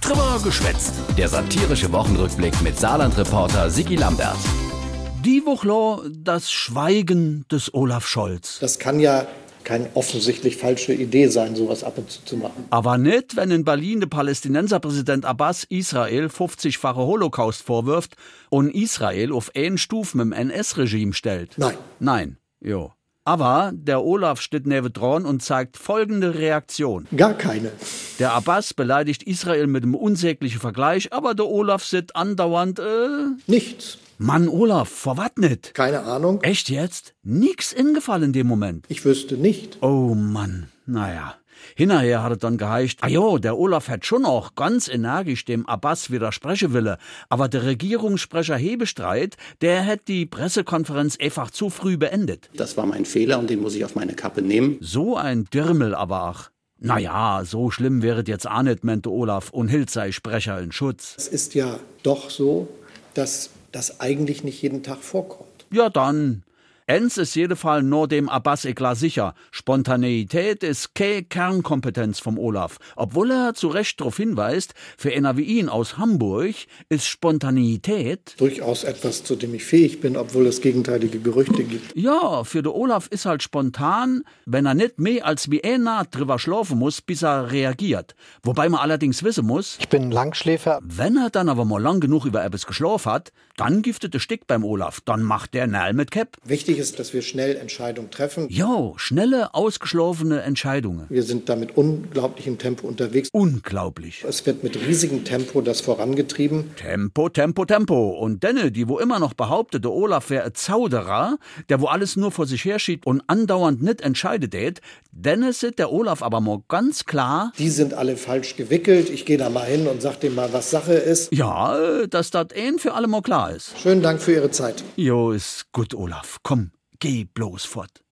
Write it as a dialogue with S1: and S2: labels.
S1: Trimmer geschwätzt. Der satirische Wochenrückblick mit Saarland-Reporter Sigi Lambert.
S2: Die Wuchlau, das Schweigen des Olaf Scholz.
S3: Das kann ja keine offensichtlich falsche Idee sein, sowas ab und zu zu machen.
S2: Aber nicht, wenn in Berlin der Palästinenserpräsident Abbas Israel 50-fache Holocaust vorwirft und Israel auf einen Stufe mit dem NS-Regime stellt.
S3: Nein.
S2: Nein, jo. Aber der Olaf steht neben dran und zeigt folgende Reaktion.
S3: Gar keine.
S2: Der Abbas beleidigt Israel mit einem unsäglichen Vergleich, aber der Olaf sitzt andauernd, äh...
S3: Nichts.
S2: Mann, Olaf, vor wat nit?
S3: Keine Ahnung.
S2: Echt jetzt? Nix ingefallen in dem Moment.
S3: Ich wüsste nicht.
S2: Oh Mann, naja. Hinterher hat es dann geheicht, ah jo, der Olaf hat schon auch ganz energisch dem Abbas widersprechen wille, aber der Regierungssprecher Hebestreit, der hat die Pressekonferenz einfach zu früh beendet.
S4: Das war mein Fehler und den muss ich auf meine Kappe nehmen.
S2: So ein Dirmel aber ach. Naja, so schlimm wäret jetzt auch nicht, meinte Olaf, und hielt sei Sprecher in Schutz.
S3: Es ist ja doch so, dass das eigentlich nicht jeden Tag vorkommt.
S2: Ja, dann. Eins ist jedenfalls nur dem Abbas eklar sicher. Spontaneität ist keine Kernkompetenz vom Olaf. Obwohl er zu Recht darauf hinweist, für einer wie ihn aus Hamburg ist Spontaneität.
S3: Durchaus etwas, zu dem ich fähig bin, obwohl es gegenteilige Gerüchte gibt.
S2: Ja, für den Olaf ist halt spontan, wenn er nicht mehr als wie ein Naht drüber schlafen muss, bis er reagiert. Wobei man allerdings wissen muss,
S5: Ich bin Langschläfer.
S2: wenn er dann aber mal lang genug über etwas geschlafen hat, dann giftet der Stick beim Olaf. Dann macht der Nal mit Cap.
S3: Wichtig ist, dass wir schnell Entscheidungen treffen.
S2: Jo, schnelle, ausgeschlafene Entscheidungen.
S3: Wir sind da mit unglaublichem Tempo unterwegs.
S2: Unglaublich.
S3: Es wird mit riesigem Tempo das vorangetrieben.
S2: Tempo, Tempo, Tempo. Und denne, die wo immer noch behauptet, der Olaf wäre ein Zauderer, der wo alles nur vor sich herschiebt und andauernd nicht entscheidet, det, denne sieht der Olaf aber mal ganz klar,
S3: Die sind alle falsch gewickelt. Ich gehe da mal hin und sag dem mal, was Sache ist.
S2: ja, äh, dass das ein für alle mal klar ist.
S3: Schönen Dank für Ihre Zeit.
S2: Jo, ist gut, Olaf. Komm, geh bloß fort.